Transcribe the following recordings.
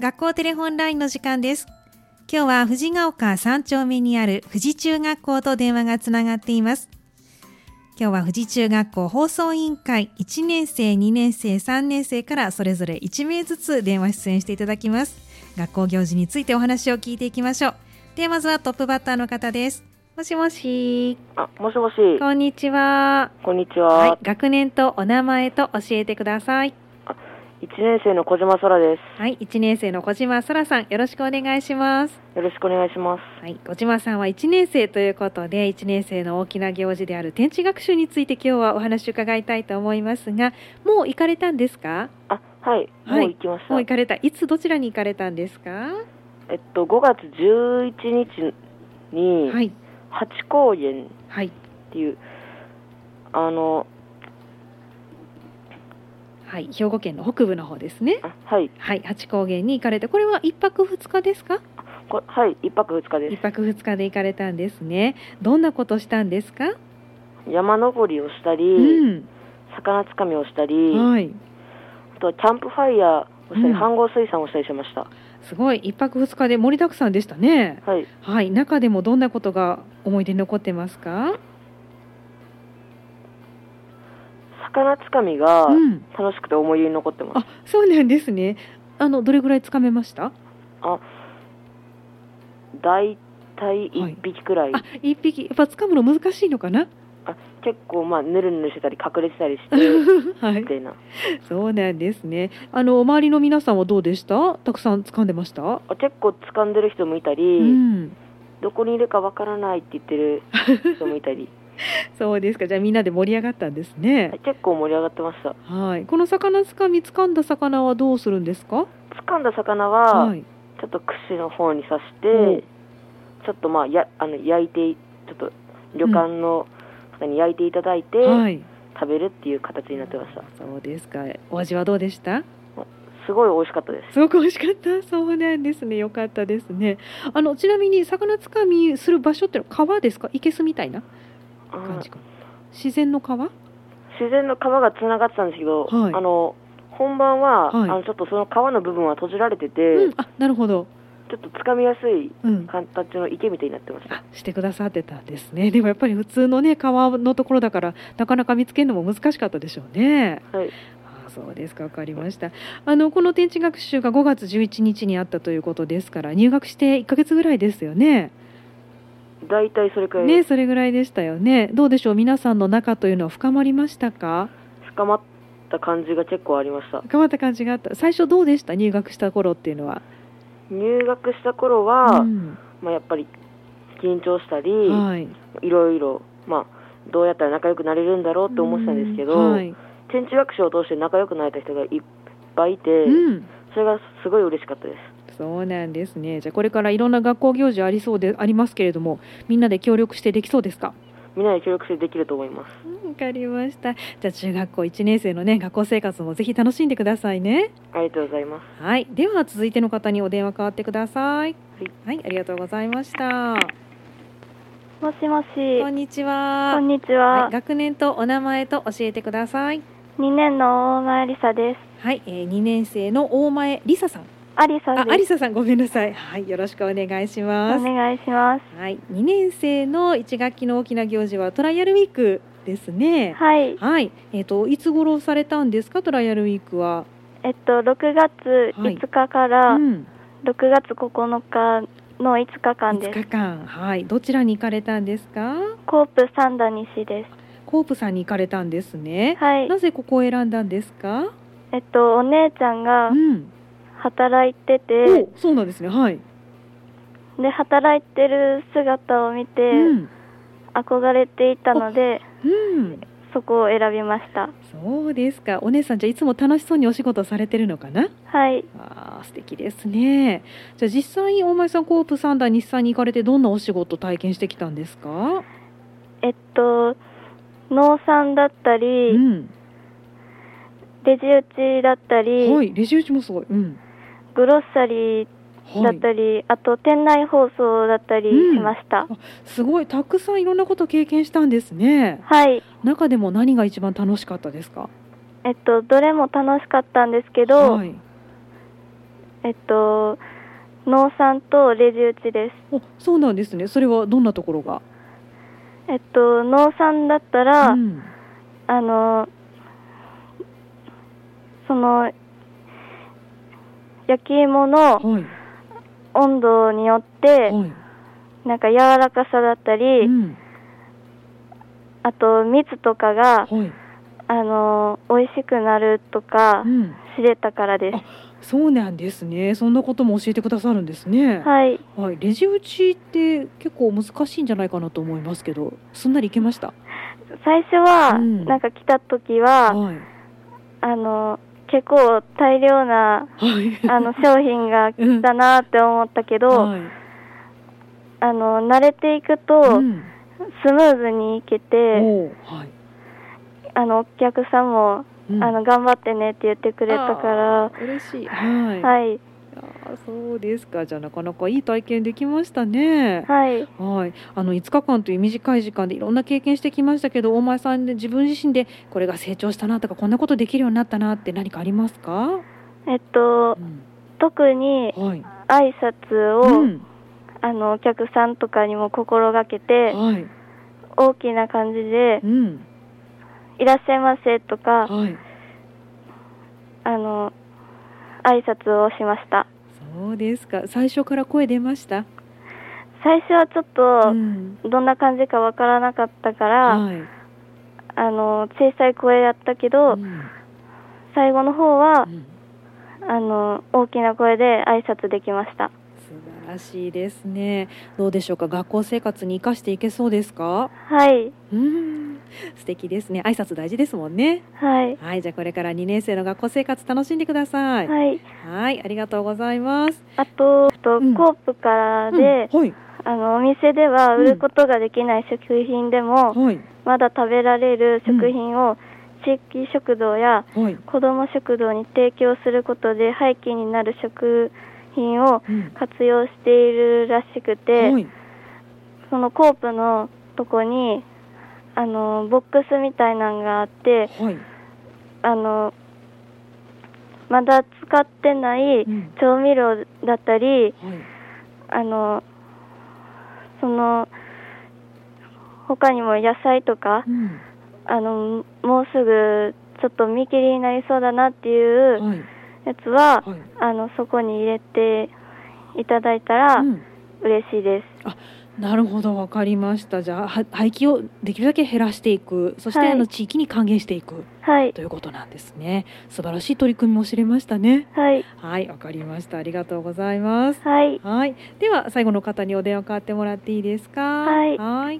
学校テレホンラインの時間です今日は藤ヶ丘三丁目にある富士中学校と電話がつながっています今日は富士中学校放送委員会1年生2年生3年生からそれぞれ1名ずつ電話出演していただきます学校行事についてお話を聞いていきましょうではまずはトップバッターの方ですもしもしあ、もしもし、こんにちはこんにちはいは。、学年とお名前と教えてください一年生の小島空です。はい、1年生の小島そらさんよろしくお願いしますよろしくお願いします。はい、小島さんは1年生ということで1年生の大きな行事である天地学習について今日はお話を伺いたいと思いますがもう行かれたんですかあ、はい、はいもう行きましたもう。行かれたいつどちらに行かれたんですかえっと、5月11日に、はい八高原っはいていう、あの、はい兵庫県の北部の方ですねあはい、はい八高原に行かれてこれは一泊二日ですかこはい、一泊二日一で泊二日で行かれたんですねどんなことしたんですかす。山登りをしたり、うん魚つかみをしたり、はいあとはキャンプファイヤーをしたり、うん飯合水産をしたりしました。すごい一泊二日で盛りだくさんでしたねはい、はい中でもどんなことが思い出に残ってますか魚つかみがうん楽しくて思い出に残ってます。あ、そうなんですね。あのどれぐらいつかめました？だいたい一匹くらい、あ、一匹。やっぱ掴むの難しいのか な？あ結構まあぬるぬるしてたり隠れてたりして はいみ。たいなそうなんですね。あの周りの皆さんはどうでした？たくさん掴んでました？あ結構掴んでる人もいたり、うん。どこにいるかわからないって言ってる人もいた りそうですか。じゃあみんなで盛り上がったんですね。結構盛り上がってましたはい。この魚掴み掴んだ魚はどうするんですか？掴んだ魚は、はい。ちょっと串の方に刺して、うんちょっとまあやあの焼いていちょっと旅館の方に焼いていただいて、はい。食べるっていう形になってましたそうですか。お味はどうでした？すごい美味しかったですすごく美味しかった。そうなんですね。よかったですね。あのちなみに魚つかみする場所ってのは川ですか？いけすみたいなあ感じーかな。自然の川？自然の川がつながってたんですけど、はいあの本番は、はいあのちょっとその川の部分は閉じられてて、うん。あ、なるほど。ちょっと掴みやすいうん。形の池みたいになってましたあ、してくださってたんですね。でもやっぱり普通のね川のところだからなかなか見つけるのも難しかったでしょうね。はいあ、そうですか。わかりました。あのこの天地学習が5月11日にあったということですから、入学して1ヶ月ぐらいですよね。大体それくらいね、それぐらいでしたよね。どうでしょう。皆さんの仲というのは深まりましたか？深まった感じが結構ありました深まった感じがあった。最初どうでした？入学した頃っていうのは。入学した頃は、うんまあ、やっぱり緊張したり、はい。い、ろいろ、まあ、どうやったら仲良くなれるんだろうって思ってたんですけど、うんはい。天地学習を通して仲良くなれた人がいっぱいいて、うん。それがすごい嬉しかったですそうなんですね。じゃあこれからいろんな学校行事ありそうでありますけれども、みんなで協力してできそうですか。みんなで協力してできると思いますわかりました。じゃあ中学校1年生のね学校生活もぜひ楽しんでくださいね。ありがとうございますはい。では続いての方にお電話変わってください。ははい、ありがとうございました。もしもし。こんにちは。こんにちは、。はい学年とお名前と教えてください。二年の大前りさです。はい、えー、2年生の大前りささん。ありさあ、であす。りささんごめんなさい。はい、よろしくお願いしまおす。願いします。はい、2年生の1学期の大きな行事はトライアルウィークですね。はい。はい、えっ、といつ頃されたんですかトライアルウィークは。えっと6月はい5日からん、 6月9日の5日間5です。日間。はい、どちらに行かれたんですか。コープ三田西です。コープさんに行かれたんですね。はい。なぜここを選んだんですか。えっとお姉ちゃんがうん。働いてて、お、そうなんですね。はい。で働いてる姿を見てうん。憧れていたので、うん。そこを選びました。そうですか。お姉さんじゃあいつも楽しそうにお仕事されてるのかな。はい。あー素敵ですね。じゃあ実際大前さんコープ三代日産に行かれてどんなお仕事体験してきたんですか？えっと農産だったうり、ん。レジ打ちだったり、はい。レジ打ちもすごい。うん。グロッサリーだはっい。たり、あと店内放送だったりしました、すごいたくさんいろんなこと経験したんですね。はい中でも何が一番楽しかったですか？えっとどれも楽しかったんですけど、はい。えっと農産とレジ打ちです。おそうなんですねそれはどんなところが、えっと農産だったら、うんあのその焼き芋のはい温度によってはいなんか柔らかさだったり、うんあと蜜とかはがいあの美味しくなるとかうん、知れたからです。そうなんですねそんなことも教えてくださるんですね、はい、はい、レジ打ちって結構難しいんじゃないかなと思いますけどすんなりいけました最初は、うんなんか来た時は、はいあの結構大量なはい あの商品が来たなって思ったけど、はいあの慣れていくと、うんスムーズにいけておうはいあのお客さんも、うんあの頑張ってねって言ってくれたからあー嬉しいはい、はいあーそうですかじゃあなかなかいい体験できましたねはいはい、あの5日間という短い時間でいろんな経験してきましたけど大前さんで自分自身でこれが成長したなとかこんなことできるようになったなって何かありますか、えっとうん特にはい挨拶を、うんあのお客さんとかにも心がけてはい大きな感じでうん「いらっしゃいませ」とはかい、あの挨拶をしましたそうですか最初から声出ました、最初はちょっうとんどんな感じかわからなかったから、はいあの小さい声だったけど、うん最後の方はう、んあの大きな声で挨拶できました素晴らしいですねどうでしょうか学校生活に生かしていけそうですかはいうん素敵ですね挨拶大事ですもんねはいはいじゃあこれから2年生の学校生活楽しんでくださいはいはい、ありがとうございます。あとあと、うんコープからで、うんはい、あのお店では売ることができない食品でも、はい、まだ食べられる食品を地域食堂やはい、子ども食堂に提供することで廃棄になる食品をうん活用しているらしくて、はい、そのコープのとこにあのボックスみたいなんがあってはい、あのまだ使ってないうん調味料だったり、はい、あのその他にも野菜とか、うんあのもうすぐちょっと見切りになりそうだなっていうはい、やつは、はい、あのそこに入れていただいたらうん嬉しいです。なるほど、わかりました。じゃあ、は廃棄をできるだけ減らしていく、そして、はいあの地域に還元していくはいということなんですね。素晴らしい取り組みも知れましたね。はいはい、わかりました。ありがとうございます。はいはい、では最後の方にお電話変わってもらっていいですか。はいはい、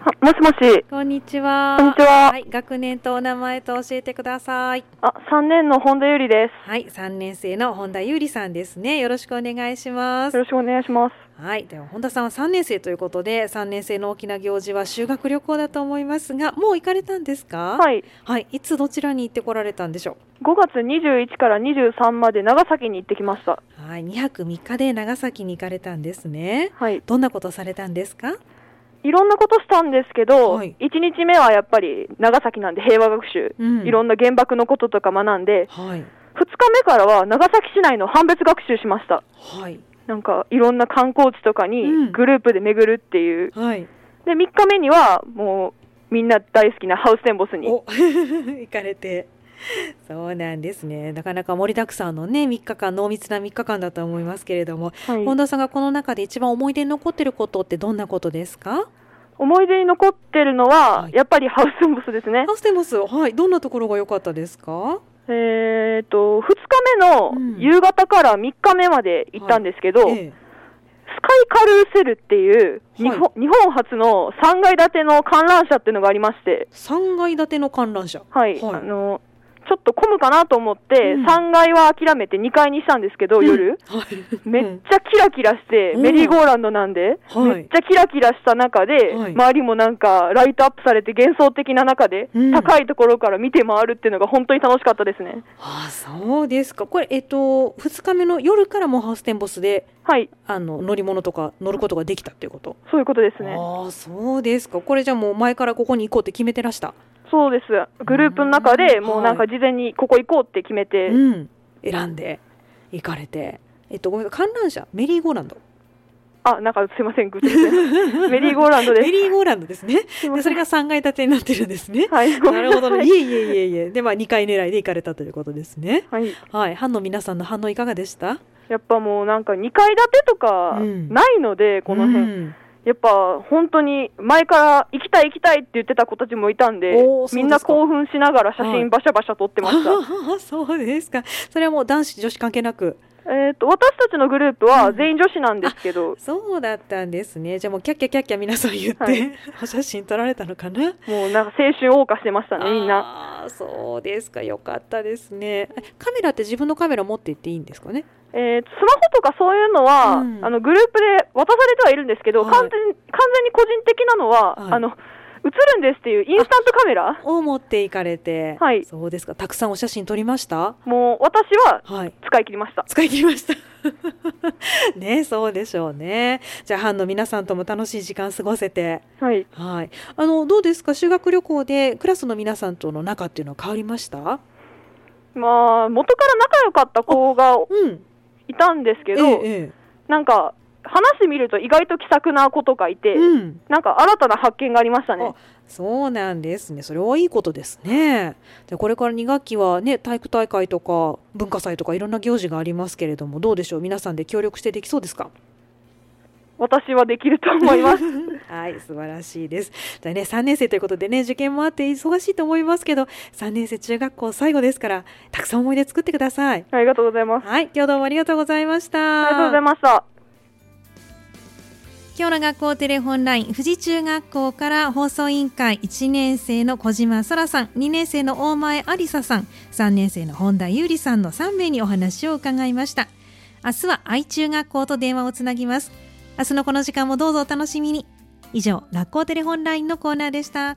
はもしもし、こんにちは。こんにちは。はい、学年とお名前と教えてください。あ、3年の本田ゆりではい、三年生の本田優里さんですね。よろしくお願いしますす。よ。ろしくお願いします。はい、では本田さんは三年生ということで、三年生の大きな行事は修学旅行だと思いますが、もう行かれたんですか。い、はい。はい、いつどちらに行ってこられたんでしょ5月21から23まで長崎に行ってきました。う。はい、二泊三日で長崎に行かれたんですね。はい。どんなことされたんですか。いろんなことしたんですけど、はい1日目はやっぱり長崎なんで平和学習、うんいろんな原爆のこととか学んで、はい、 2日目からは長崎市内の判別学習しました。はい、なんかいろんな観光地とかうんにグループで巡るっていう、はい。で3日目にはもうみんな大好きなハウステンボスにお 行かれてそうなんですねなかなか盛りだくさんのね3日間濃密な3日間だと思いますけれども、はい本田さんがこの中で一番思い出に残ってることってどんなことですか思い出に残ってるのは、はいやっぱりハウステンボスですねハ。ウステンボスはいどんなところが良かったですかえー、と2日う目のん夕方から3日目まで行ったんですけど、ええスカイカルーセルっていう日本,、は日本初の3階建ての観覧車っていうのがありまして、 3階建ての観覧車はいはいあのちょっと混むかなと思って、うん3階は諦めて2階にしたんですけど、夜、 はいめっちゃキラキラして、うんメリーゴーランドなんで、はいめっちゃキラキラした中で、はい周りもなんかライトアップされて幻想的な中で、うん高いところから見て回るっていうのが本当に楽しかったですね。ああそうですかこれえっと2日目の夜からもうハウステンボスではい、あの乗り物とか乗ることができたっていうことそういうことですね。ああそうですかこれじゃあもう前からここに行こうって決めてらしたそうです。グループの中うでんもうなんか事前にここ行こうって決めて、うん、選んで行かれてえっと、ごめんなさい観覧車メリーゴーランドあ、なんかすいません、ぐちゃぐ ち ゃ。メリーゴーランドでメリーゴーランドですねす。すいまでせそんれが3階建てになってるんですねはい、ごなめんるほどなねさいい。えいえいえいえで、まあ、2回狙いで行かれたということですねはい、はい班の皆さんの反応いかがでしたやっぱもうなんか2階建てとかうんないので、この辺、うんやっぱ本当に前から行きたい行きたいって言ってた子たちもいたんでおーそうですかみんな興奮しながら写はい真バシャバシャ撮ってました、ああ そうですかそれはもう男子女子関係なくえっと私たちのグループはうん全員女子なんですけど、そうだったんですねじゃあもうキャッキャキャッキャ皆さん言って、はお写真撮られたのかなもうなんか青春謳歌してましたねみんなああそうですかよかったですねえカメラって自分のカメラ持って行っていいんですかねえーとスマホとかそういうのは、うんあのグループで渡されてはいるんですけど、はい完全に完全に個人的なのは、はいあの映るんですっていうインスタントカメラを持って行かれて、はいそうですかたくさんお写真撮りましたもう私ははい使い切りました使い切りました ねそうでしょうねじゃあ班の皆さんとも楽しい時間過ごせてはいはいあのどうですか修学旅行でクラスの皆さんとの仲っていうのは変わりましたまあ元から仲良かった子がうんいたんですけど、ええなんか話見ると意外と気さくな子とかいて、ええうんなんか新たな発見がありましたね。そうなんですねそれはいいことですねでこれから2学期はね体育大会とか文化祭とかいろんな行事がありますけれどもどうでしょう皆さんで協力してできそうですか私はできると思い ます。はい、素晴らしいです。じゃあね、3年生ということでね、受験もあって忙しいと思いますけど、3年生中学校最後ですから、たくさん思い出作ってください。ありがとうございます。はい、今日どうもありがとうございました。ありがとうございました。今日の学校テレホンライン富士中学校から放送委員会1年生の小島そらさん2年生の大前ありささん3年生の本田優里さんの3名にお話を伺いました明日は愛中学校と電話をつなぎます明日のこの時間もどうぞお楽しみに以上学校テレホンラインのコーナーでした